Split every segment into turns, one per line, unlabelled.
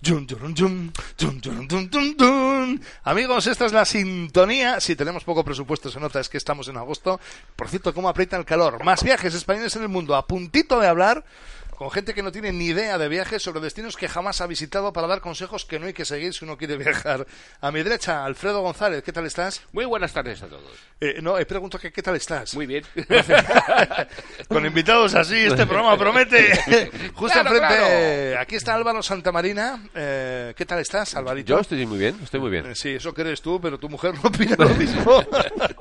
Yun, yurun, yun, yun, yurun, dun, dun, dun. Amigos, esta es la sintonía. Si tenemos poco presupuesto, se nota, es que estamos en agosto. Por cierto, cómo aprieta el calor. Más viajes españoles en el mundo. A puntito de hablar con gente que no tiene ni idea de viajes sobre destinos que jamás ha visitado para dar consejos que no hay que seguir si uno quiere viajar. A mi derecha, Alfredo González, ¿qué tal estás?
Muy buenas tardes a todos.
Eh, no, he preguntado que qué tal estás.
Muy bien.
Con invitados así, este programa promete. Justo
Claro,
enfrente,
claro.
eh, aquí está Álvaro Santamarina. Eh, ¿Qué tal estás, Alvarito?
Yo estoy muy bien, estoy muy bien.
Eh, Sí, eso crees tú, pero tu mujer no opina lo mismo.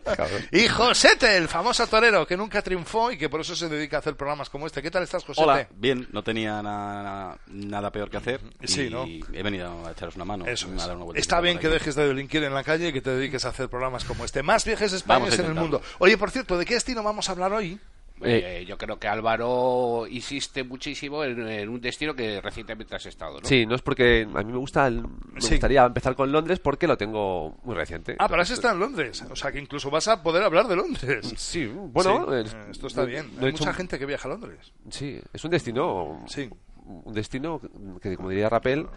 Cabrón.
y Josete, el famoso torero que nunca triunfó y que por eso se dedica a hacer programas como este. ¿Qué tal estás, Josete?
Hola, bien, no tenía na- nada peor que
Mm,
hacer. y
Sí, ¿no?
He venido a echaros una mano.
Eso
a
es.
dar una vueltecita
Está bien
por
que
aquí.
dejes de delinquir en la calle y que te dediques a hacer programas como este. Más viajes españoles en el
intentarlo.
mundo. Oye, por cierto, ¿de qué destino vamos a hablar hoy?
Eh, yo creo que Álvaro insiste muchísimo en, en un destino que recientemente has estado, ¿no?
Sí, no es porque a mí me gusta, el- me
Sí.
gustaría empezar con Londres porque lo tengo muy reciente.
Ah, pero has estado en Londres. O sea, que incluso vas a poder hablar de Londres.
Sí, bueno,
Sí,
eh,
eh, esto está
lo-
bien.
lo he
Hay
hecho-
mucha gente que viaja a Londres.
Sí, es un destino.
Sí.
Un destino que, como diría Rapel,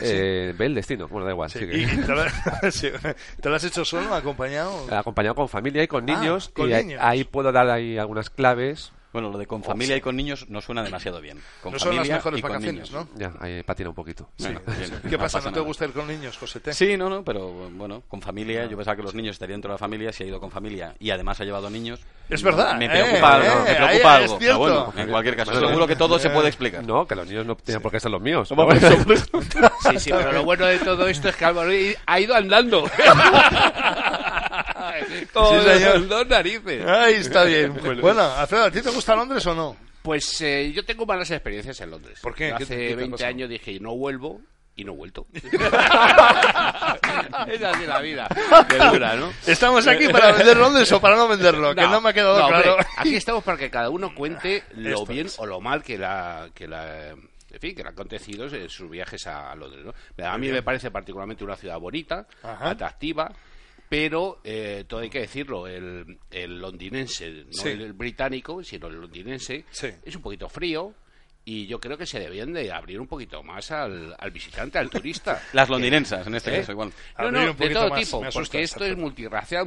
eh, ve el destino. Bueno, da igual.
Sí,
sí que-
¿Y te lo, sí, ¿te lo has hecho solo, acompañado?
Acompañado con familia y con
Ah,
niños.
con
y ahí-
niños.
ahí puedo dar ahí algunas claves.
Bueno, lo de con familia y con niños no suena demasiado bien. Con
No son
familia
las mejores
y con
vacaciones,
niños.
¿no?
Ya, ahí patina un poquito.
Bueno, bien,
¿Qué pasa? ¿No te
nada.
gusta ir con niños, Josete?
Sí, no, no, pero bueno, con familia. Yo pensaba que los niños estarían dentro de la familia. Si ha ido con familia y además ha llevado niños.
Es verdad,
Me
eh,
preocupa,
eh,
algo, me
ahí
preocupa
es
algo.
cierto.
Pero bueno, en cualquier caso,
Pues
seguro que todo se puede explicar.
No, que los niños no tienen por qué ser los míos.
Sí, sí, pero lo bueno de todo esto es que Álvaro i- ha ido andando. Con
Sí, señor.
los dos narices.
Ahí está bien. Bueno, Alfredo, ¿a ti te gusta Londres o no?
Pues eh, yo tengo malas experiencias en Londres.
¿Por qué?
Yo
¿Qué te- qué te
Hace
ha
20
pasado?
años dije, no vuelvo y no he vuelto. es así la vida. Qué dura, ¿no?
¿Estamos aquí para vender Londres o para no venderlo? Que Eh, no me ha quedado
no, hombre,
claro.
aquí estamos para que cada uno cuente lo
Esto
bien
es.
o lo mal que la, que la en fin, que le ha acontecido en sus viajes a Londres. ¿no? A mí me parece particularmente una ciudad bonita,
Ajá.
atractiva, pero eh, todo hay que decirlo, el, el londinense, no
Sí.
el, británico, sino el londinense,
Sí.
es un poquito frío. Y yo creo que se debían de abrir un poquito más al, al visitante, al turista.
Las londinensas, en este
¿Eh?
caso, igual.
No,
Abrir
no,
un
de
poquito
todo
más,
tipo,
me asusta,
porque esto
exacto.
es multirracial,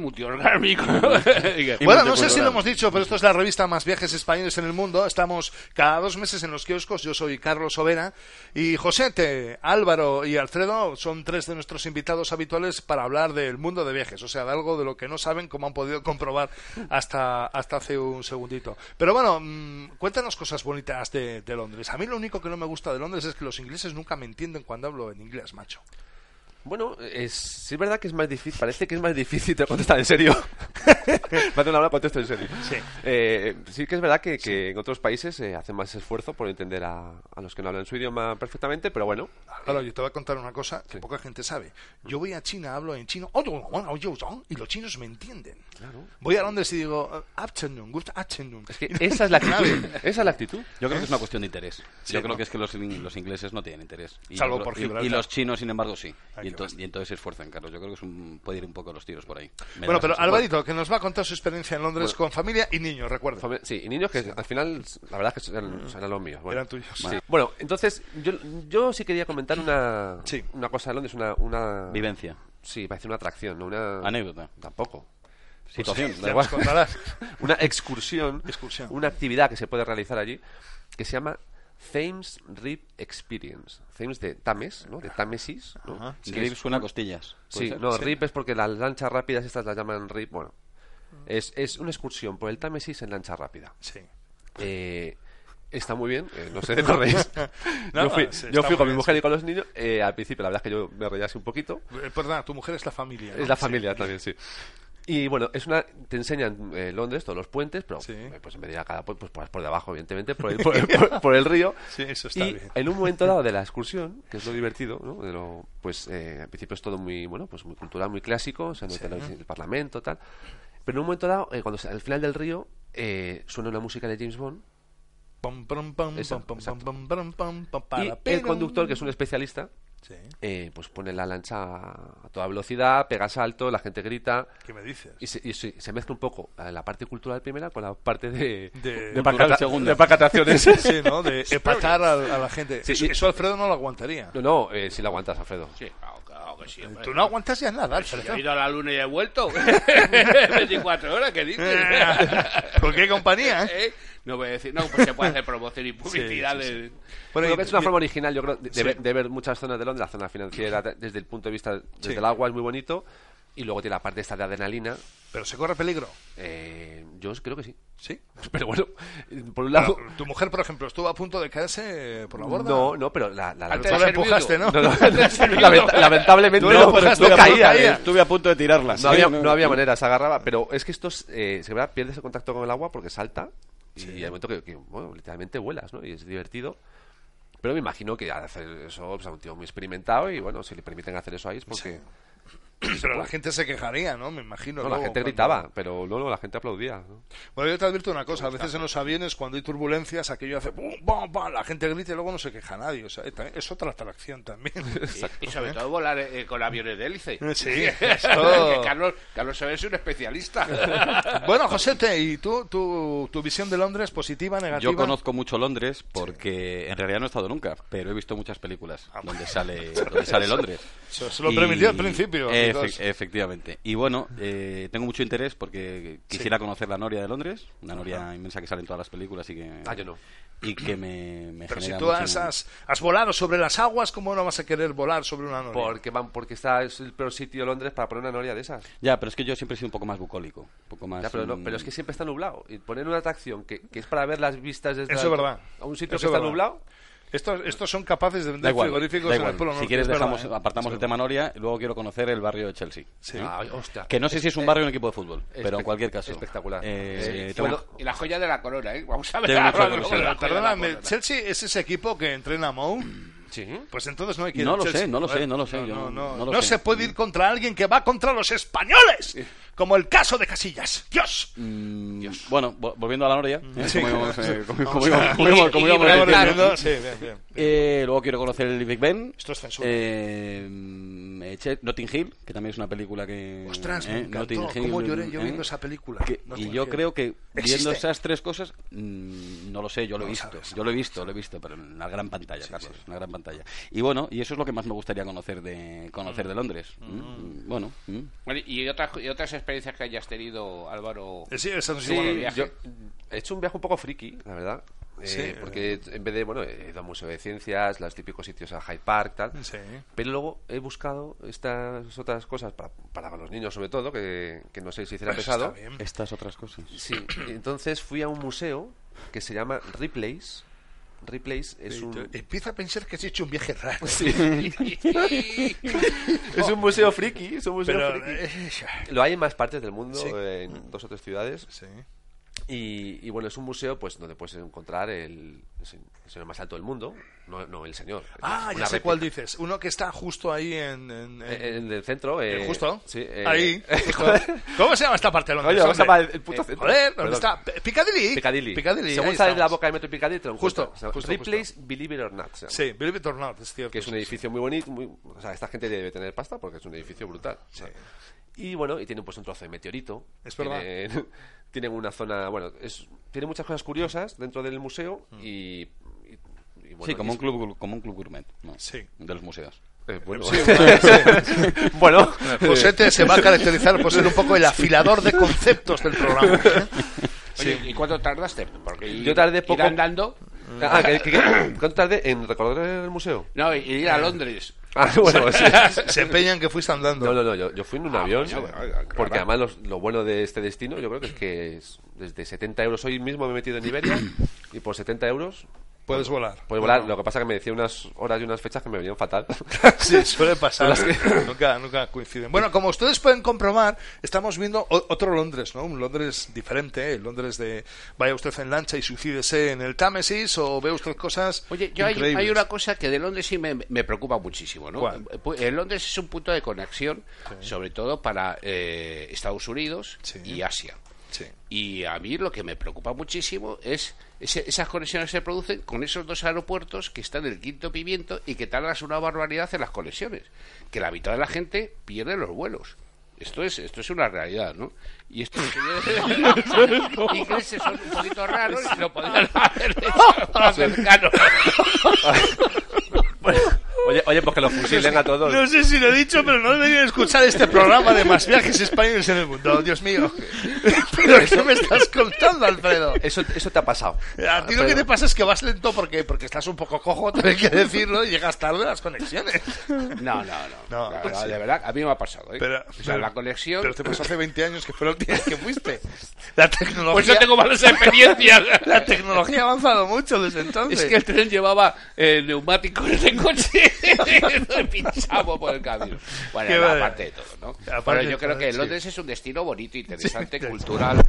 multiorgánico.
Y
Bueno, no
multicultural.
sé si lo hemos dicho, pero esto es la revista Más Viajes Españoles en el Mundo. Estamos cada dos meses en los kioscos. Yo soy Carlos Overa y Josete, Álvaro y Alfredo son tres de nuestros invitados habituales para hablar del mundo de viajes. O sea, de algo de lo que no saben, como han podido comprobar hasta, hasta hace un segundito. Pero bueno, mm, cuéntanos cosas bonitas de, de Londres. A mí lo único que no me gusta de Londres es que los ingleses nunca me entienden cuando hablo en inglés, macho.
Bueno, es, sí es verdad que es más difícil, parece que es más difícil te contestar en serio. Más de una hora contesto en serio.
Sí.
Eh, sí que es verdad que, que en otros países eh, hacen más esfuerzo por entender a, a los que no hablan su idioma perfectamente, pero bueno.
Claro, yo te voy a contar una cosa que poca gente sabe. Yo voy a China, hablo en chino, "Oh, no, no, no, yo, no", y los chinos me entienden. Voy a Londres y digo, "Eh, afternoon, good afternoon.
Es que esa es la actitud. esa es la actitud.
Yo creo que es una cuestión de interés. yo creo
¿no?
que es que los, in- los ingleses no tienen interés. Y
Salvo
yo creo-
por
y-
Gibraltar.
Y, los chinos, sin embargo, sí.
Ah,
Y,
qué
ento-
basta.
y entonces se esfuerzan, Carlos. Yo creo que es un- puede ir un poco los tiros por ahí.
bueno,
Me da la
pero
sensación.
Alvarito, que nos va a contar su experiencia en Londres con familia y niños, recuerda.
Fami- Sí, y niños que al final, la verdad es que eran, eran los míos. Bueno.
Eran tuyos.
Sí. Bueno, entonces, yo, yo sí quería comentar una,
Sí.
una cosa de Londres, una... una
Vivencia.
Sí, parece una atracción, no una...
Anécdota.
Tampoco.
Ah, Situación. da
Ya
igual.
nos contarás.
una excursión,
Excursión.
una actividad que se puede realizar allí que se llama Thames Rip Experience. Thames de Tames, ¿no? De Tamesis, ¿no?
Sí, Grip suena a costillas. ¿Puede
Sí,
ser?
no, Rip es porque las lanchas rápidas estas las llaman Rip, bueno. Es, es una excursión por el Támesis en lancha rápida.
Sí.
Eh, está muy bien, eh, no sé de qué os reís.
No,
yo fui,
sí,
yo
está
fui
muy
con mi
bien,
mujer y con los niños. eh, al principio, la verdad es que yo me reía así un poquito.
Eh, Perdona, tu mujer es la familia. ¿no?
Es la familia también, sí. Y bueno, es una te enseñan eh, Londres todos los puentes, pero
Sí.
eh, pues en vez de ir a cada puente, pues vas por debajo, evidentemente, por el, por el- por- por el río.
Sí, eso está
y
bien.
en un momento dado de la excursión, que es lo divertido, ¿no? De lo- pues eh, al principio es todo muy, bueno, pues muy cultural, muy clásico, o sea, no te lo dice el parlamento, tal. Pero en un momento dado, eh, cuando se- al final del río, eh, suena una música de James Bond
Pam, pam, pam,
Eso,
pam, pam,
exacto.
pam, pam, pam, pam,
y
para,
el
pero-
conductor, que es un especialista,
Sí.
eh, pues pone la lancha a toda velocidad, pega salto, la gente grita.
¿Qué me dices?
Y se, y se- se mezcla un poco eh, la parte cultural primera con la parte de,
De-
pacata-
segunda.
de pacataciones.
Sí, ¿no? De empatar al- a, la gente.
Sí,
eso,
y-
eso Alfredo no lo aguantaría.
No, no, eh, si la aguantas, Alfredo.
Sí, claro, claro que sí. hombre.
Eh,
eh,
Tú no aguantas ya nada,
Si
Alfredo.
he ido a la luna y he vuelto. 24 horas, ¿qué
Eh.
dices?
¿Con qué compañía, eh?
¿Eh? No voy a decir, no, pues se puede hacer promoción y publicidad. de-
Bueno,
Bueno,
que
y-
es una
y-
forma original, yo creo, de, de
Sí.
ver, de ver muchas zonas de Londres, la zona financiera, ta- desde el punto de vista, desde
Sí.
el agua, es muy bonito. Y luego tiene la parte esta de adrenalina.
Pero se corre peligro.
eh, yo creo que sí.
¿Sí?
Pero bueno, eh, por un lado...
Bueno, tu mujer, por ejemplo, estuvo a punto de caerse por la borda.
No, no, pero la... la-
Pero
Antes
tú
de
la empujaste,
ser viudo.
¿no?
No, no,
Servido.
lament- lamentablemente
Tú
no,
la
pero
empujaste,
no
la
caía,
empujaste.
eh,
Estuve a punto de tirarla.
No había, no había manera, se agarraba, pero es que esto es, eh, se verdad, pierdes el contacto con el agua porque salta y hay un momento que, que, bueno, literalmente vuelas, ¿no? Y es divertido. Pero me imagino que al hacer eso, pues a un tío muy experimentado y bueno, si le permiten hacer eso ahí es porque
Pero la gente se quejaría, ¿no? Me imagino.
no, la
luego,
gente
cuando-
gritaba, pero luego la gente aplaudía. ¿no?
Bueno, yo te advierto una cosa. A veces en los aviones, cuando hay turbulencias, aquello hace... ¡Bum, bum, bum! La gente grita y luego no se queja nadie. O sea, eh, también- es otra atracción también.
Y sobre todo volar eh, con aviones de hélice.
Sí,
Porque
esto...
Carlos, Carlos Soler es un especialista.
Bueno, Josete, ¿y tú, tu, tu visión de Londres, positiva, negativa?
Yo conozco mucho Londres porque en realidad no he estado nunca, pero he visto muchas películas donde sale, donde sale Londres.
Eso se lo permitió al principio,
Efe-
amigos.
efectivamente. Y bueno, eh, tengo mucho interés porque quisiera conocer la noria de Londres, una noria inmensa que sale en todas las películas y que,
Ah, yo no.
y que me, me
Pero si
genera
tú has,
muchísimo-
has, has volado sobre las aguas, ¿cómo no vas a querer volar sobre una noria?
Porque van, porque está es el peor sitio de Londres para poner una noria de esas.
Ya, pero es que yo siempre he sido un poco más bucólico. Un poco
Ah,
más,
Ya, pero, no-
mm,
pero es que siempre está nublado. Y poner una atracción que, que es para ver las vistas desde
Eso es
alto
verdad.
a un sitio
Eso
que
es
está
verdad.
nublado.
Estos, estos son capaces de
Da
vender
igual,
frigoríficos
da
en el
igual.
Polo Norte.
Si quieres
es verdad,
dejamos,
¿eh?
apartamos el tema Noria y luego quiero conocer el barrio de Chelsea.
Sí.
Ay, hostia.
Que no sé si es un barrio en equipo de fútbol, pero en
Espec-
cualquier caso.
espectacular.
Eh,
Sí.
tengo-
Bueno,
y la joya de la corona, ¿eh? Vamos a ver.
Tengo mucha
ahora hablamos
curiosidad.
de la joya de la
Perdóname,
corona.
¿Chelsea es ese equipo que entrena a Mou?
Sí.
Pues entonces no hay que ir
No
al
lo sé,
Chelsea.
no lo sé, no lo sé,
No,
yo
no,
no-
no.
no lo
No
sé.
se puede ir contra alguien que va contra los españoles, como el caso de Casillas. ¡Dios! Mm.
Mm, Bueno, vo- volviendo a la Noria, ¿eh? como íbamos, eh, como- como
Pues,
íbamos- como íbamos- como íbamos diciendo.
Gibraltar. Sí, bien, bien.
Eh, luego quiero conocer el Big Ben.
Esto es censura.
Eh, mm, eh, Che- Notting Hill, que también es una película que.
Ostras,
eh,
me encantó.
Notting
¿Cómo
Hill,
lloré yo
eh,
viendo esa película?
que-
No
y
te
yo creo que viendo
¿Existe?
esas tres cosas, mm, no lo sé, yo lo
No
he
lo
visto.
sabes,
yo lo he visto, lo he visto, pero en la gran pantalla, Carlos, en la gran pantalla. Y bueno, y eso es lo que más me gustaría conocer de conocer de Londres. Mm, Bueno, mm.
Bueno, y, otras, y otras experiencias que hayas tenido, Álvaro.
Eh, Sí, esa no es
Sí,
igual.
viaje.
yo he hecho un viaje un poco friki, la verdad. Eh,
Sí.
porque en vez de, bueno, he ido al Museo de Ciencias, los típicos sitios a Hyde Park, tal.
Sí.
Pero luego he buscado estas otras cosas para, para los niños, sobre todo, que, que no sé si será
Eso
pesado.
está bien.
estas otras cosas.
Sí, entonces fui a un museo que se llama Replays. Replays es un,
Empieza a pensar que has hecho un viaje raro.
es un museo friki. Es un museo
Pero,
friki.
eh,
Lo hay en más partes del mundo,
Sí.
en dos o tres ciudades.
sí.
Y, y bueno, es un museo pues donde puedes encontrar el, el señor más alto del mundo, no, no el señor.
Ah,
Una
ya sé
réplica.
cuál dices. Uno que está justo ahí en... en- en-
Eh, En el centro.
eh,
Eh,
justo.
Sí, eh,
ahí. justo. ¿Cómo se llama esta parte de Londres?
Coño, ¿cómo se
hombre?
llama el- el puto
Eh,
centro?
joder, ¿dónde
Perdón.
está? P- Piccadilly.
Piccadilly.
Piccadilly.
Según
ahí
sale de la
estamos.
boca de Metro Piccadilly, te lo
Justo,
encuentras. Se llama
justo,
Ripley's Believe It or Not. se llama.
Sí, believe it or not, es cierto.
Que es un
sí,
edificio muy bonito. Muy, o sea, esta gente debe tener pasta porque es un edificio brutal. Y bueno, y tienen pues un trozo de meteorito.
Es verdad.
Tienen, tienen una zona. Bueno, es, tiene muchas cosas curiosas dentro del museo
Mm.
y. y- y bueno,
sí, como
y-
un club, como un club gourmet, ¿no?
Sí.
de los museos.
eh, bueno. bueno,
sí. Josete se va a caracterizar por ser un poco el afilador de conceptos del programa. ¿eh?
Oye, ¿Y cuánto tardaste? Porque ir-
Yo tardé
ir
poco.
andando.
Ah, que- que- que- ¿Cuánto tardé en recordar el museo?
No, y ir
Eh.
a Londres.
Ah, bueno, sí. Ah,
Se empeñan que fuiste andando.
No, no, no, yo, yo fui en un avión.
coño, bueno, claro.
porque además los- lo bueno de este destino, yo creo que es que es- desde 70 euros hoy mismo me he metido en Iberia y por 70 euros
Puedes volar.
Puedes volar, lo que pasa que me decía unas horas y unas fechas que me venían fatal.
sí, suele pasar.
Las que-
nunca, nunca coinciden. Bueno, como ustedes pueden comprobar, estamos viendo o- otro Londres, ¿no? Un Londres diferente, ¿eh? el Londres de vaya usted en lancha y suicídese en el Támesis o ve usted cosas
Oye, yo hay,
increíbles.
hay una cosa que de Londres sí me, me preocupa muchísimo, ¿no?
¿Cuál?
Pu- eh, Londres es un punto de conexión, sobre todo para eh, Estados Unidos
Sí.
y Asia.
Sí.
Y a mí lo que me preocupa muchísimo es ese- esas conexiones que se producen con esos dos aeropuertos que están en el quinto pimiento y que tardas una barbaridad en las conexiones. Que la mitad de la gente pierde los vuelos. Esto es, esto es una realidad, ¿no? Y estos señores ingleses son un poquito raros y lo podrían haber hecho más cercano.
oye, oye, pues que los fusilen a todos.
No sé si lo he dicho, pero no deberían escuchar este programa de más viajes españoles en el mundo. Dios mío. ¿Pero qué me estás contando, Alfredo?
Eso, eso te ha pasado.
A ti lo que
Alfredo.
te pasa es que vas lento porque, porque estás un poco cojo, tengo que decirlo, y llegas tarde a las conexiones.
No, no, no.
No,
La
pues
verdad,
sí.
De verdad, a mí me ha pasado. ¿eh?
Pero-
o sea,
pero-
la conexión.
Pero te pasó hace 20 años que fue la última vez que fuiste. La tecnología,
Pues yo tengo malas experiencias.
la tecnología ha avanzado mucho desde entonces.
Es que el tren llevaba eh, neumáticos de coche y pinchamos por el camino. Bueno,
Qué
no,
vale.
aparte de todo, ¿no?
Aparte
Pero
de
yo creo
todo,
que
sí.
Londres es un destino bonito, interesante, cultural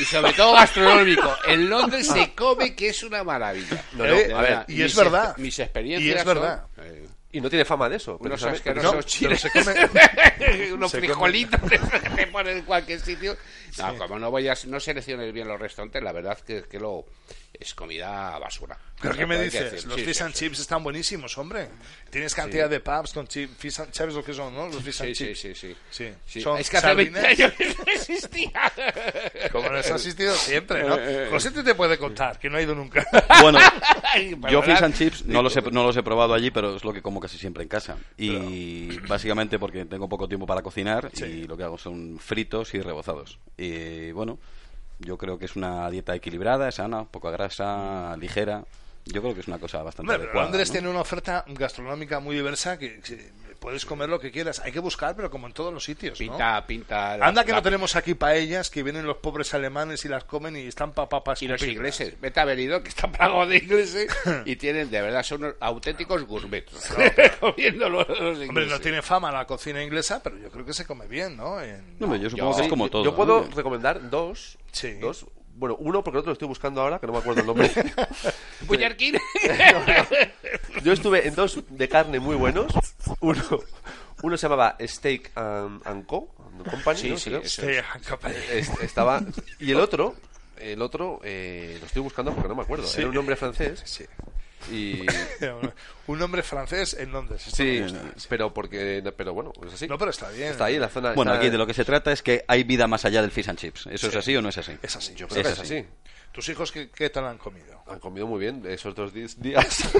y sobre todo gastronómico. En Londres se come que es una maravilla.
No,
Eh, eh,
no, a ver,
y es
mis-
verdad.
Mis experiencias
Y es verdad.
son, eh,
Y no tiene fama de eso.
unos
precisamente.
asquerosos
No, pero
chiles.
se come-
unos
se come-
frijolitos de esos que te ponen en cualquier sitio. No, como no vayas, no selecciones bien los restaurantes, la verdad que, que lo es comida basura.
¿Pero
O sea,
qué me
hay que
dices?
decir,
los
sí,
fish
sí,
and
sí.
chips están buenísimos, hombre. Tienes cantidad de pubs con chi- fish and ¿Sabes lo que son, no? Los fish and
Sí, sí,
chips.
sí, sí.
Sí.
Sí.
Son
Es que hace 20
sardinas.
años que no existía.
Como les ha asistido siempre,
Eh,
¿no? José te, te puede contar, que no ha ido nunca.
Bueno,
Ay,
yo
¿verdad?
fish and chips no los, he, no los he probado allí, pero es lo que como casi siempre en casa. Y básicamente porque tengo poco tiempo para cocinar y lo que hago son fritos y rebozados. Y bueno, yo creo que es una dieta equilibrada, sana, poca grasa, ligera. Yo creo que es una cosa bastante
Hombre, pero
adecuada.
Londres
¿no?
tiene una oferta gastronómica muy diversa que, que puedes comer lo que quieras. Hay que buscar, pero como en todos los sitios, ¿no?
Pinta, pinta. la-
Anda que
la-
no tenemos aquí paellas, que vienen los pobres alemanes y las comen y están papapas.
Y los ingleses, vete a Benidorm, que están pagados de ingleses y tienen, de verdad, son unos auténticos gourmets. Comiendo los, los ingleses.
Hombre, no tiene fama la cocina inglesa, pero yo creo que se come bien, ¿no? En-
No, hombre, yo supongo
yo-
que es como todo.
Yo puedo
¿no?
recomendar dos.
Sí.
Dos. Bueno, uno porque el otro lo estoy buscando ahora, que no me acuerdo el nombre.
Bullarquín.
Yo estuve en dos de carne muy buenos. Uno, uno se llamaba Steak and, and Co. and Company.
Sí,
¿no?
sí,
Creo.
eso.
Sí, capaz.
Es- estaba. Y el otro, el otro, eh, lo estoy buscando porque no me acuerdo. Era un nombre francés.
Sí.
Y.
Un hombre francés en Londres.
Sí, pero porque. Pero bueno, es así.
No, pero está bien.
Está ahí en la zona.
Bueno,
está-
aquí de lo que se trata es que hay vida más allá del fish and chips. ¿Eso es así o no es así?
Es así. Yo
creo que es
Es así.
así.
¿Tus hijos qué, qué tal han comido?
Han comido muy bien esos dos di- días.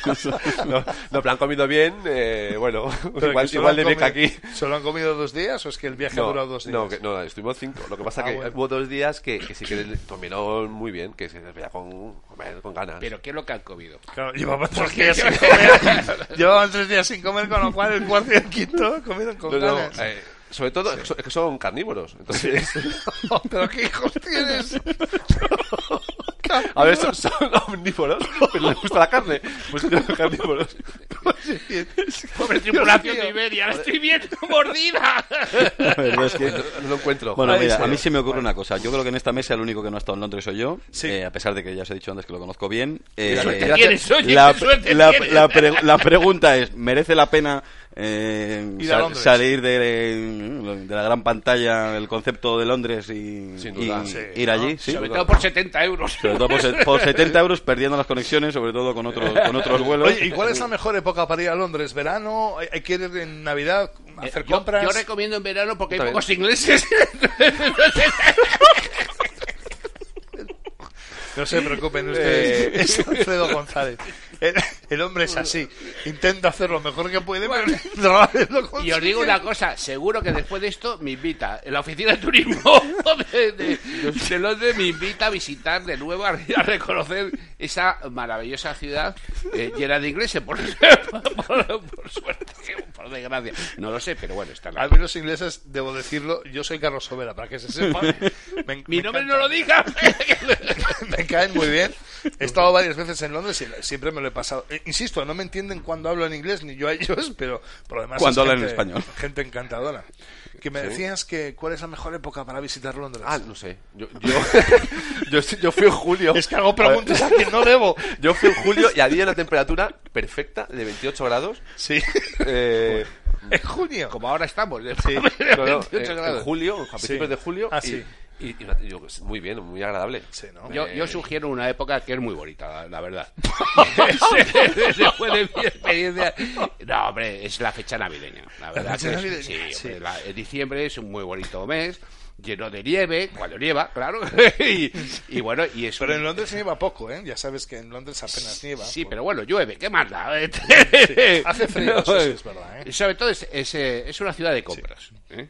no, no, pero han comido bien. eh, bueno,
Pero
igual,
que solo
igual
han
de bien que
comido-
aquí.
¿Solo han comido dos días o es que el viaje ha durado dos días?
no, que- no, estuvimos cinco. Lo que pasa
Ah,
que
bueno.
hubo dos días que, que sí que comieron muy bien, que se les veía con, hombre, con ganas.
Pero ¿qué es lo que han comido?
Claro, llevaban tres días Pues sin comer. llevaban tres días sin comer, con lo cual el cuarto y el quinto comieron con
No, no,
ganas.
eh, sobre todo es que son- es que son carnívoros. Entonces,
¿Pero qué hijos tienes?
a ver, son, son omnívoros, pero les gusta la carne. Pues son carnívoros.
Pobre tripulación de Iberia, la estoy viendo mordida.
La verdad es que-
No lo encuentro.
Bueno,
Ahí
mira,
está.
a mí se me ocurre una cosa. Yo creo que en esta mesa el único que no ha estado en Londres soy yo,
Sí.
eh, a pesar de que ya os he dicho antes que lo conozco bien. Eh,
Qué suerte
la-
tienes, oye,
la,
qué suerte
la-
tienes.
la pre- la pregunta es, ¿merece la pena eh,
Ir a
sal-
Londres.
salir de, eh, de la gran pantalla el concepto de Londres y,
Sin duda.
y
Sí,
ir allí? Sí.
Sobre todo por 70 euros.
Sobre todo por, se- por 70 euros perdiendo las conexiones, sobre todo con otros, con otros vuelos.
Oye, ¿y cuál es la mejor época para ir a Londres? ¿Verano? ¿Hay hay que ir en Navidad? ¿Hacer
Eh, yo,
compras?
yo recomiendo en verano porque hay
Está bien.
pocos ingleses. Entonces,
No se preocupen
Eh,
ustedes. Es Alfredo González. El, el hombre es así. Intenta hacer lo mejor que puede, pero no lo consigue.
y os digo una cosa, seguro que después de esto me invita, en la oficina de turismo de, de- de Londres me invita a visitar de nuevo, a, a reconocer esa maravillosa ciudad eh, llena de ingleses, por, por- por suerte. por desgracia. No lo sé, pero bueno, está en la
A mí los ingleses, debo decirlo, yo soy Carlos Sobera, para que se sepa. Me-
Mi
me
nombre
encanta.
no lo diga.
me caen muy bien. He estado varias veces en Londres y siempre me lo he pasado. Eh, Insisto, no me entienden cuando hablo en inglés ni yo a ellos, pero por lo demás
Cuando
es
hablan en
gente-
español.
Gente encantadora. Que me decías que cuál es la mejor época para visitar Londres.
Ah, no sé. Yo, yo, yo, estoy- yo fui en julio.
es que hago preguntas a quien no debo.
Yo fui en julio y había una temperatura perfecta de 28 grados.
Sí.
Eh,
en junio.
Como ahora estamos. de-
no, no,
28
en- en
grados.
julio, a principios de julio.
Ah,
y-
sí.
Y, y una- yo, pues, muy bien, muy agradable.
Sí, ¿no?
Yo,
Eh,
yo sugiero una época que es muy bonita, la, la verdad. Después de mi experiencia. No, hombre, es la fecha navideña. La verdad
fecha
que es-
navideña,
sí, hombre,
sí.
la- el diciembre es un muy bonito mes, lleno de nieve, cuando nieva, claro. y, y bueno, y es
Pero
un-
en Londres nieva poco, ¿eh? Ya sabes que en Londres apenas nieva.
Sí,
por-
pero bueno, llueve, ¿qué más da?
Hace frío, eso sí es verdad, ¿eh?
Y sobre todo es, es, eh, es una ciudad de compras. ¿eh?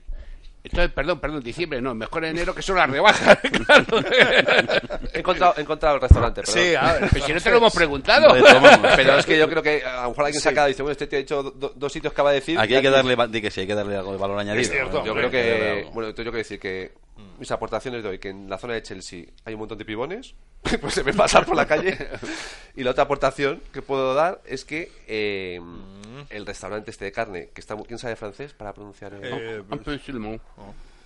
Entonces, perdón, perdón, diciembre, no, mejor enero que son las rebajas, claro.
He encontrado, he encontrado el restaurante, perdón.
Sí, a ver.
Ah, Pero si no te lo hemos preguntado.
Retomamos.
Pero es que yo creo que a lo mejor alguien saca dice, bueno, este tío ha dicho do- do- dos sitios que acaba de decir.
Aquí hay que darle, va- di que sí, hay que darle algo de valor añadido.
cierto,
¿no?
Yo
Hombre,
creo
Hay darle
que.
algo.
Bueno, entonces yo quiero decir que
Mm.
mis aportaciones de hoy, que en la zona de Chelsea hay un montón de pibones, pues se me pasan por la calle. Y la otra aportación que puedo dar es que eh,
Mm.
el restaurante este de carne, que está. muy- ¿Quién sabe francés para pronunciar el-
Eh,
Un poquito más.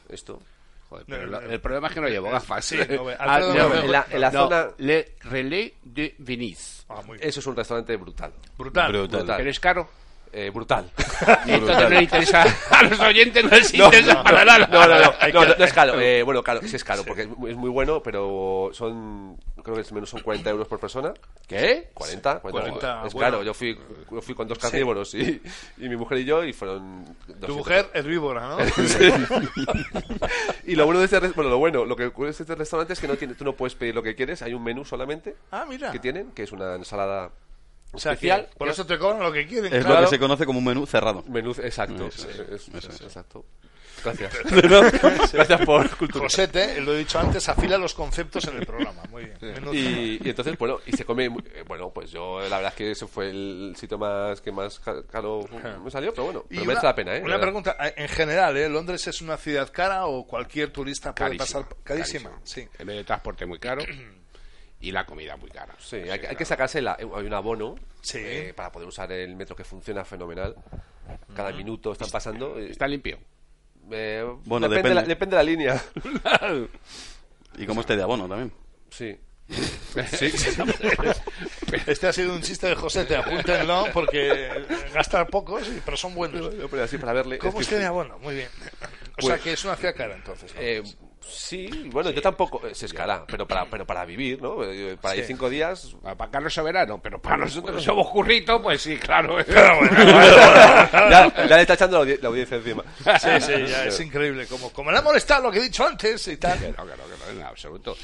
esto?
pues Joder, pero
No, no,
lo-
no.
el problema es que no llevo gafas.
Sí, no ve-
Ah,
Alfredo
no
no,
ve- en la- en la
no,
zona-
Le Relais de Venise.
ah, muy bien.
Eso es un restaurante brutal.
Brutal.
Brutal.
Brutal.
Pero es caro.
Eh, brutal.
Entonces no le interesa a los oyentes, no les interesa para nada.
No, no, no,
Hay
no,
que-
no, no es caro. Eh, bueno, caro, sí es caro, porque es muy- es muy bueno, pero son, creo que es menos son 40 euros por persona.
¿Qué?
40, 40,
40,
es
bueno.
caro. Yo fui, yo fui con dos carnívoros y, y mi mujer y yo, y fueron. 200.
Tu mujer herbívora, ¿no?
Y lo bueno de este, re- bueno, lo bueno, lo que ocurre de este restaurante es que no tiene, tú no puedes pedir lo que quieres, hay un menú solamente
Ah, mira.
que tienen, que es una ensalada
O sea, que
especial.
por eso te cobran lo que quieren.
Es lo
claro.
que se conoce como un menú cerrado.
Menú, exacto.
Eso es,
es-
eso es.
Exacto. Gracias. Gracias por cultura.
Josete, eh, lo he dicho antes, afila los conceptos en el programa. Muy bien. Menudo.
Y, y entonces, bueno, y se come. muy- eh, Bueno, pues yo, la verdad es que ese fue el sitio más que más ca- caro me salió, pero bueno,
Y
pero merece la pena, ¿eh?
una
La verdad.
pregunta, eh, en general, ¿eh? ¿Londres es una ciudad cara o cualquier turista puede
Carísima,
pasar carísima? Sí.
El medio de transporte muy caro y la comida muy cara.
Sí, hay, que- hay que sacarse la, hay un abono
Sí.
eh, para poder usar el metro que funciona fenomenal. Cada minuto están pasando. eh,
Está limpio.
eh,
Bueno,
depende,
depende.
La, depende de la línea.
Y como este de abono también.
Sí.
Este ha sido un chiste de Josete, apúntenlo, porque gastar pocos, y- pero son buenos.
No, pero así para verle.
¿Cómo
es
usted
que- Pues
de abono? Muy bien. O sea que es una ciudad cara, entonces. ¿no?
Eh, sí, bueno, yo tampoco. eh, Se escala, pero para, pero para vivir, ¿no? Eh, Para ir
Sí.
cinco días.
Para Carlos Soberano, pero para nosotros que somos curritos, pues sí, claro.
ya, ya le está echando la, audi- la audiencia encima.
Sí, sí, ya, es increíble. Como, como le ha molestado lo que he dicho antes y tal.
Que no, que no, que no, en absoluto.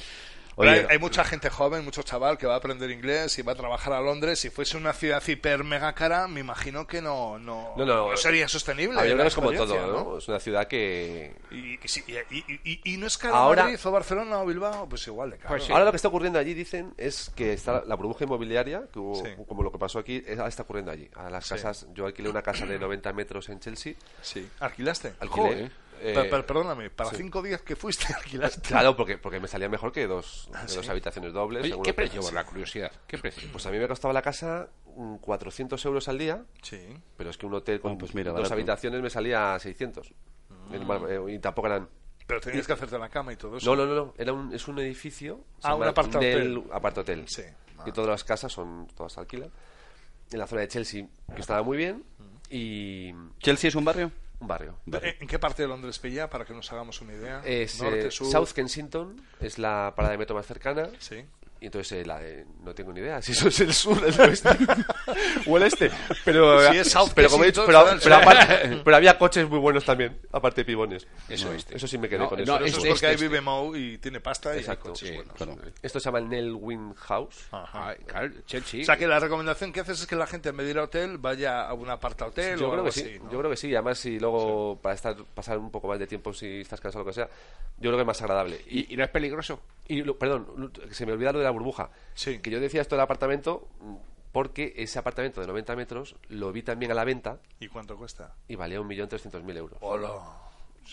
Pero
Oye,
hay, hay mucha gente joven, mucho chaval que va a aprender inglés y va a trabajar a Londres. Si fuese una ciudad hiper mega cara, me imagino que no, no,
No, no.
sería sostenible.
Ah, yo creo
la
que es como todo,
experiencia,
¿no? Es una ciudad que...
Y, y sí, y- y- y- y no es cara
Ahora-
Madrid o Barcelona o Bilbao, pues igual de caro.
Pues sí.
Ahora lo que está ocurriendo allí, dicen, es que está la burbuja inmobiliaria, que hubo-
Sí.
como lo que pasó aquí, es- ahora está ocurriendo allí. A las casas, yo alquilé una casa de 90 metros en Chelsea,
Sí. ¿Alquilaste?
alquilé...
Joder.
eh,
Per- per- perdóname, para cinco días que fuiste, alquilaste.
Claro, porque, porque me salía mejor que dos, que dos habitaciones dobles.
Oye,
según
¿Qué
el precio.
precio? Por la curiosidad. ¿Qué precio?
Pues a mí me costaba la casa mm, 400 euros al día,
Sí.
pero es que un hotel con
Ah, pues mira,
dos
barato.
habitaciones me salía 600.
Ah.
El mar- eh, y tampoco eran...
Pero tenías que hacerte la cama y todo eso.
No, no, no, no. Era un, es un edificio. se
Ah,
llama
un apartahotel.
Nel Apartahotel.
Sí.
Y todas las casas son todas alquilan. En la zona de Chelsea, que estaba muy bien. Y un
¿Chelsea es un barrio?
barrio.
¿En en qué parte de Londres pilla? Para que nos hagamos una idea.
Es, eh,
Norte, sur.
South Kensington es la parada de metro más cercana.
Sí.
Y entonces eh, la- eh, no tengo ni idea si eso es el sur, el oeste o el este. Pero,
Si es South
pero como he dicho,
Kensington,
pero,
será el
pero
sur.
aparte- pero había coches muy buenos también, aparte de pibones.
Eso este.
Eso sí me quedé
No,
con
no,
eso.
Pero eso
este,
es porque
este,
ahí
este.
vive Mou y tiene pasta y hay
Exacto,
coches
sí,
buenos. ¿eh?
Claro.
Esto se llama el Nell Wynn House.
Ah, claro, Chelsea.
O sea que la recomendación que haces es que la gente en vez de ir a hotel vaya a un aparta hotel
Yo
o
creo
algo
que
así.
sí,
¿no?
yo creo que sí. Además, si luego para estar, pasar un poco más de tiempo, si estás cansado o lo que sea, yo creo que es más agradable. Y,
¿Y, y no es peligroso?
y lo- perdón, lo- que se me olvida lo de la burbuja.
Sí.
Que yo decía esto del apartamento, mm, porque ese apartamento de 90 metros lo vi también a la venta
¿Y cuánto cuesta?
y valía 1.300.000 euros.
Hola.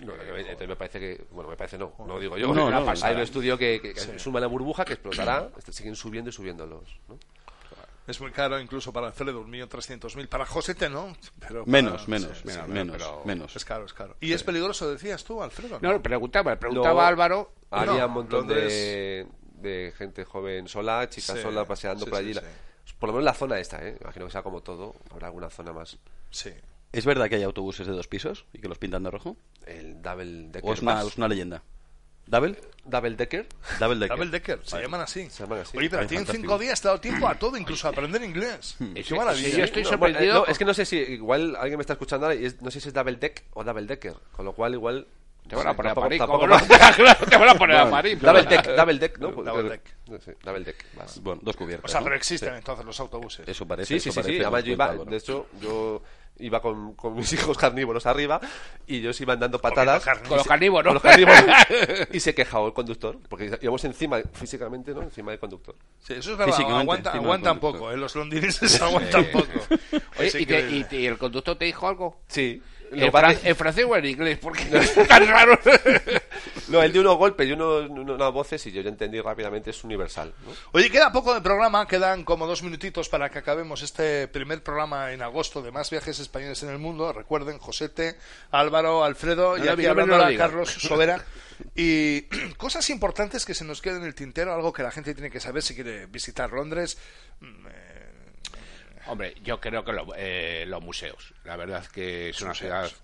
No, que me- entonces me parece que, bueno, me parece no, no digo yo,
No,
que
no,
una
no.
pasada. hay un estudio que, que- que suma la burbuja que explotará, est- siguen subiendo y subiendo los. ¿no?
Es muy caro incluso para Alfredo, 1.300.000. Para Josete no. Pero para-
Menos, menos,
sí,
menos,
sí,
menos,
pero-
menos.
Es caro, es caro. Y es peligroso, decías tú, Alfredo.
No,
¿no?
no, preguntaba, preguntaba
Luego,
Álvaro.
Había
No,
un montón
Londres-
de, de gente joven sola, chicas
Sí,
sola, paseando
sí,
por
sí,
allí. La-
sí.
Por lo menos la zona esta, ¿eh? Imagino que sea como todo, habrá alguna zona más.
Sí.
¿Es verdad que hay autobuses de dos pisos y que los pintan de rojo?
El Double Decker.
¿O es una,
bus.
es una leyenda? ¿Double?
Double Decker.
Double decker.
Double Decker, se llaman así.
Se llaman así.
Oye, pero a ti en
Fantástico.
cinco días te ha dado tiempo a todo, incluso a aprender inglés.
Ese-
Qué maravilla.
ese yo estoy
No, bueno,
sorprendido.
eh, no, es que no sé si, igual alguien me está escuchando ahora y es- no sé si es Double Deck o Double Decker, con lo cual igual.
Te van a poner a
tampoco-
París.
tampoco
¿cómo no?
más.
Claro, te van a poner a
Bueno,
París.
Double Deck, Double Deck, ¿no?
Double
Creo que-
Deck.
no sé, Double Deck. más.
Bueno, dos cubiertas.
O sea,
¿no?
pero existen entonces los autobuses.
Eso parece.
Sí, sí,
eso
sí, sí.
parece
Además, yo
bastante
iba,
bárbaro.
de hecho, yo iba con, con mis hijos carnívoros arriba y ellos iban dando
Comiendo
patadas.
carne.
Con los carnívoros.
con los carnívoros. y se quejaba el conductor, porque íbamos encima, físicamente, ¿no? Encima del conductor.
Sí, eso es verdad.
Físicamente,
Aguanta,
encima del
aguantan
conductor.
poco, ¿eh? los londinenses aguantan poco.
Oye,
Es
y, te- y
increíble.
te- y el conductor te dijo algo?
Sí.
¿En, fran- en francés o en inglés? Porque es tan raro.
No, él dio unos golpes y unos- unas voces y yo ya entendí rápidamente, es universal. ¿no?
Oye, queda poco de programa, quedan como dos minutitos para que acabemos este primer programa en agosto de más viajes españoles en el mundo. Recuerden, Josete, Álvaro, Alfredo
No
y
lo
aquí
digas, no lo
hablándola
digas.
Carlos Sobera. Y cosas importantes que se nos quedan en el tintero, algo que la gente tiene que saber si quiere visitar Londres. Mm, eh,
Hombre, yo creo que lo- eh, los museos. La verdad es que es una ciudad.
Museos.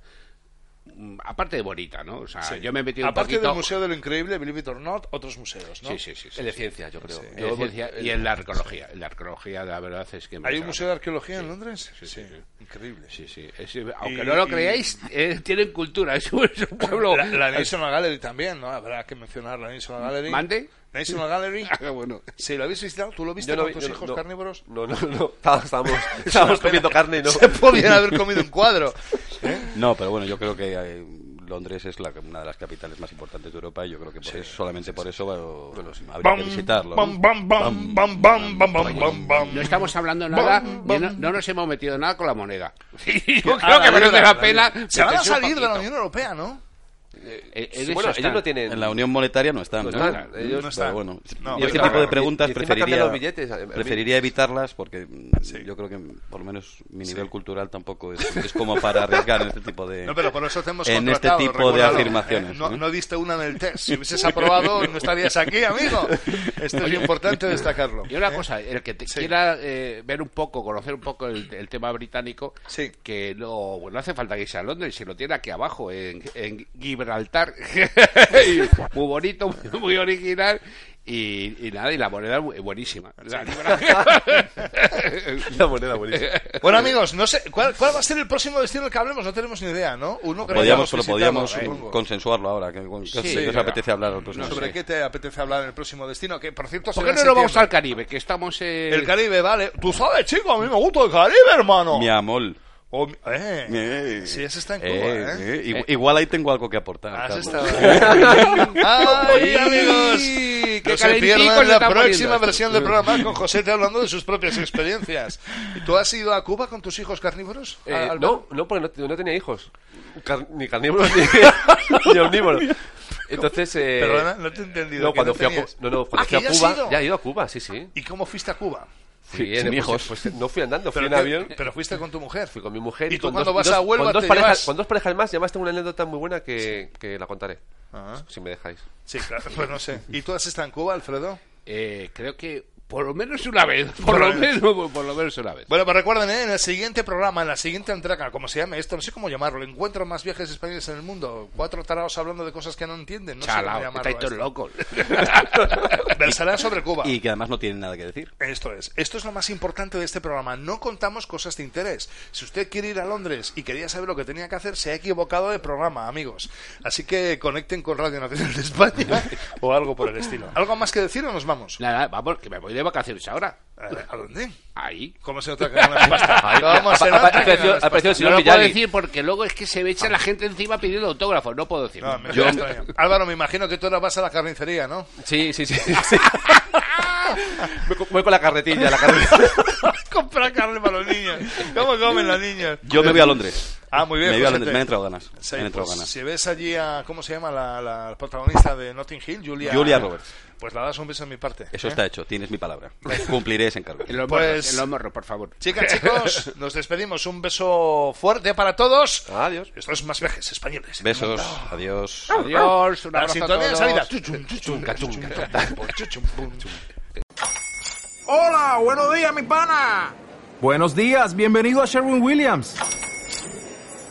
mm, Aparte de bonita, ¿no? O sea,
sí.
yo me he metido
Aparte
un poquito.
del Museo de lo Increíble, Believe it or not, otros museos, ¿no?
Sí, sí, sí. sí,
El de
sí.
ciencia, yo creo.
El
Yo-
de ciencia y en la arqueología. En la arqueología, la verdad es que.
¿Hay un
merece la
museo de arqueología en Londres?
Sí, sí, sí.
Increíble.
Sí, sí. es- aunque
Y-
no lo
y-
creáis, eh, tienen cultura. Es un, es un pueblo.
La, la National Gallery también, ¿no? Habrá que mencionar la National Gallery.
¿Mande?
National Gallery.
Ah, bueno.
Si lo habéis visitado, ¿tú lo viste
Yo no
con
vi-
tus
yo no-
hijos
no.
carnívoros?
No, no, no. Estábamos, estábamos comiendo carne y no.
Se podían haber comido un cuadro. ¿eh?
No, pero bueno, yo creo que eh, Londres es la- una de las capitales más importantes de Europa y yo creo que por eso- solamente por eso va- habría que visitarlo.
Bam,
¿no?
bam, bam, bam, bam, bam, bam, bam, bam.
No estamos hablando nada,
Bom,
ya no,
bom.
no nos hemos metido nada con la moneda. Yo
Ah,
creo que merece
viuda,
la pena.
viuda. Se van a
meterse un
salir de la
poquito.
Unión Europea, ¿no?
Eh, en eso
bueno,
están.
ellos no tienen.
En la Unión Monetaria no están.
no
¿no?
están, ellos-
No están.
Pero bueno,
No,
yo este
pero-
tipo de
y-
preguntas
y encima
preferiría,
cambian los billetes, a- a mí-
preferiría evitarlas porque mm,
eh, Sí.
yo creo que por lo menos mi nivel cultural tampoco es, es como para arriesgar en este tipo de
No, pero por eso te hemos
en este
contratado,
tipo
recuérdalo,
de afirmaciones.
¿eh? No,
¿no?
no diste una en el test. Si hubieses aprobado, no estarías aquí, amigo. Esto es importante destacarlo.
Y una
¿eh?
cosa, el que te
Sí.
quiera eh, ver un poco, conocer un poco el, el tema británico,
Sí.
que no, bueno, no hace falta que sea a Londres, si lo tiene aquí abajo, en, en Gibraltar. muy bonito, muy, muy original. Y, y nada, y la moneda es buenísima. La-
La moneda buenísima.
Bueno, amigos, no sé, ¿cuál, cuál va a ser el próximo destino del que hablemos? No tenemos ni idea, ¿no? Uno que no hayamos
Podíamos, lo
visitado,
podíamos
eh, supongo.
consensuarlo ahora, que, que-
Sí,
que os
venga.
apetece hablar pues al próximo.
¿Sobre
sé.
qué te apetece hablar en el próximo destino? Que, por cierto,
¿Por
será
qué
en
no nos vamos al
septiembre.
Caribe? Que estamos en...
El Caribe, vale. Tú sabes, chico, a mí me gusta el Caribe, hermano.
Mi amor.
O mi- eh.
Eh,
Sí, ese está en
eh,
Cuba, ¿eh?
eh, igu- Igual ahí tengo algo que aportar.
Has
Carlos.
estado- ¡Ay, amigos!
qué
no se
calenticos
pierdan
se
la
está poniendo
próxima
esto.
versión del programa con José te hablando de sus propias experiencias. ¿Tú has ido a Cuba con tus hijos carnívoros?
Eh,
Al-
no, no, porque no, te- no tenía hijos. Car- ni carnívoros ni, ni omnívoros. Entonces. Eh,
Perdona, no te he entendido,
No,
que
cuando
no
fui a, Cu-
tenías.
no, no, cuando
Ah,
fui
que
a
ya has
Cuba.
ido.
Ya he ido a Cuba, sí, sí.
¿Y cómo fuiste a Cuba?
Fui
sin
en- pues,
hijos.
pues, no fui andando, fui
Pero,
en
te-
avión.
pero fuiste con tu mujer.
Fui con mi mujer.
¿Y tú
con
cuando
dos-
vas a
dos-
Huelva
con dos,
te
parejas,
llevas?
con dos parejas más, y además tengo una anécdota muy buena que, que la contaré.
Ajá.
Si me dejáis.
Ah, Sí, claro, pues no sé. ¿Y tú has estado en Cuba, Alfredo?
Eh, creo que por lo menos una vez, por lo menos, por lo menos una vez.
Bueno, pues recuerden, ¿eh? en el siguiente programa, en la siguiente entrega, como se llame esto, no sé cómo llamarlo, encuentro más viajes españoles en el mundo, cuatro tarados hablando de cosas que no entienden, no sé cómo
Chalao,
llamarlo.
estáis todos
esto.
locos.
Versará sobre Cuba.
Y que además no tienen nada que decir.
Esto es, esto es lo más importante de este programa. No contamos cosas de interés. Si usted quiere ir a Londres y quería saber lo que tenía que hacer, se ha equivocado de programa, amigos. Así que conecten con Radio Nacional de España o algo por el estilo. ¿Algo más que decir o nos vamos?
Nada, vamos, que me voy de vacaciones ahora.
Eh, ¿A dónde?
Ahí.
¿Cómo se nota que ganan las pastas? ¿Cómo se
ha-
nota
ha- ha
que ganan
parecido-
las
ha parecido
pastas?
el señor
no lo puedo
Villali.
decir porque luego es que se me echa la gente encima pidiendo autógrafos. No puedo decir.
No, me queda extraño. Álvaro, me imagino que tú ahora vas a la carnicería, ¿no?
Sí, sí, sí. sí. Voy con- Voy con la carretilla, la carretilla.
Comprar carne para los niños. ¿Cómo comen los niños?
Yo me voy a Londres.
Ah, muy bien.
me voy a
Josete.
Londres. Me han entrado ganas. me
Sí,
han entrado
pues,
ganas.
si ves allí a, ¿cómo se llama la, la protagonista de Notting Hill? Julia,
Julia Roberts.
Pues la das un beso en mi parte.
Eso
¿eh?
está hecho. Tienes mi palabra. Cumpliré ese encargo.
En los
Pues-
morros, en los morros, por favor.
Chicas, chicos, nos despedimos. Un beso fuerte para todos.
Adiós.
Esto es Más Vejes Españoles.
Besos. Adiós.
Adiós, un
La
abrazo a
sintonía de
todos.
salida.
Chunga, chunga, chunga.
Hola, buenos días, mi pana.
Buenos días, bienvenido a Sherwin Williams.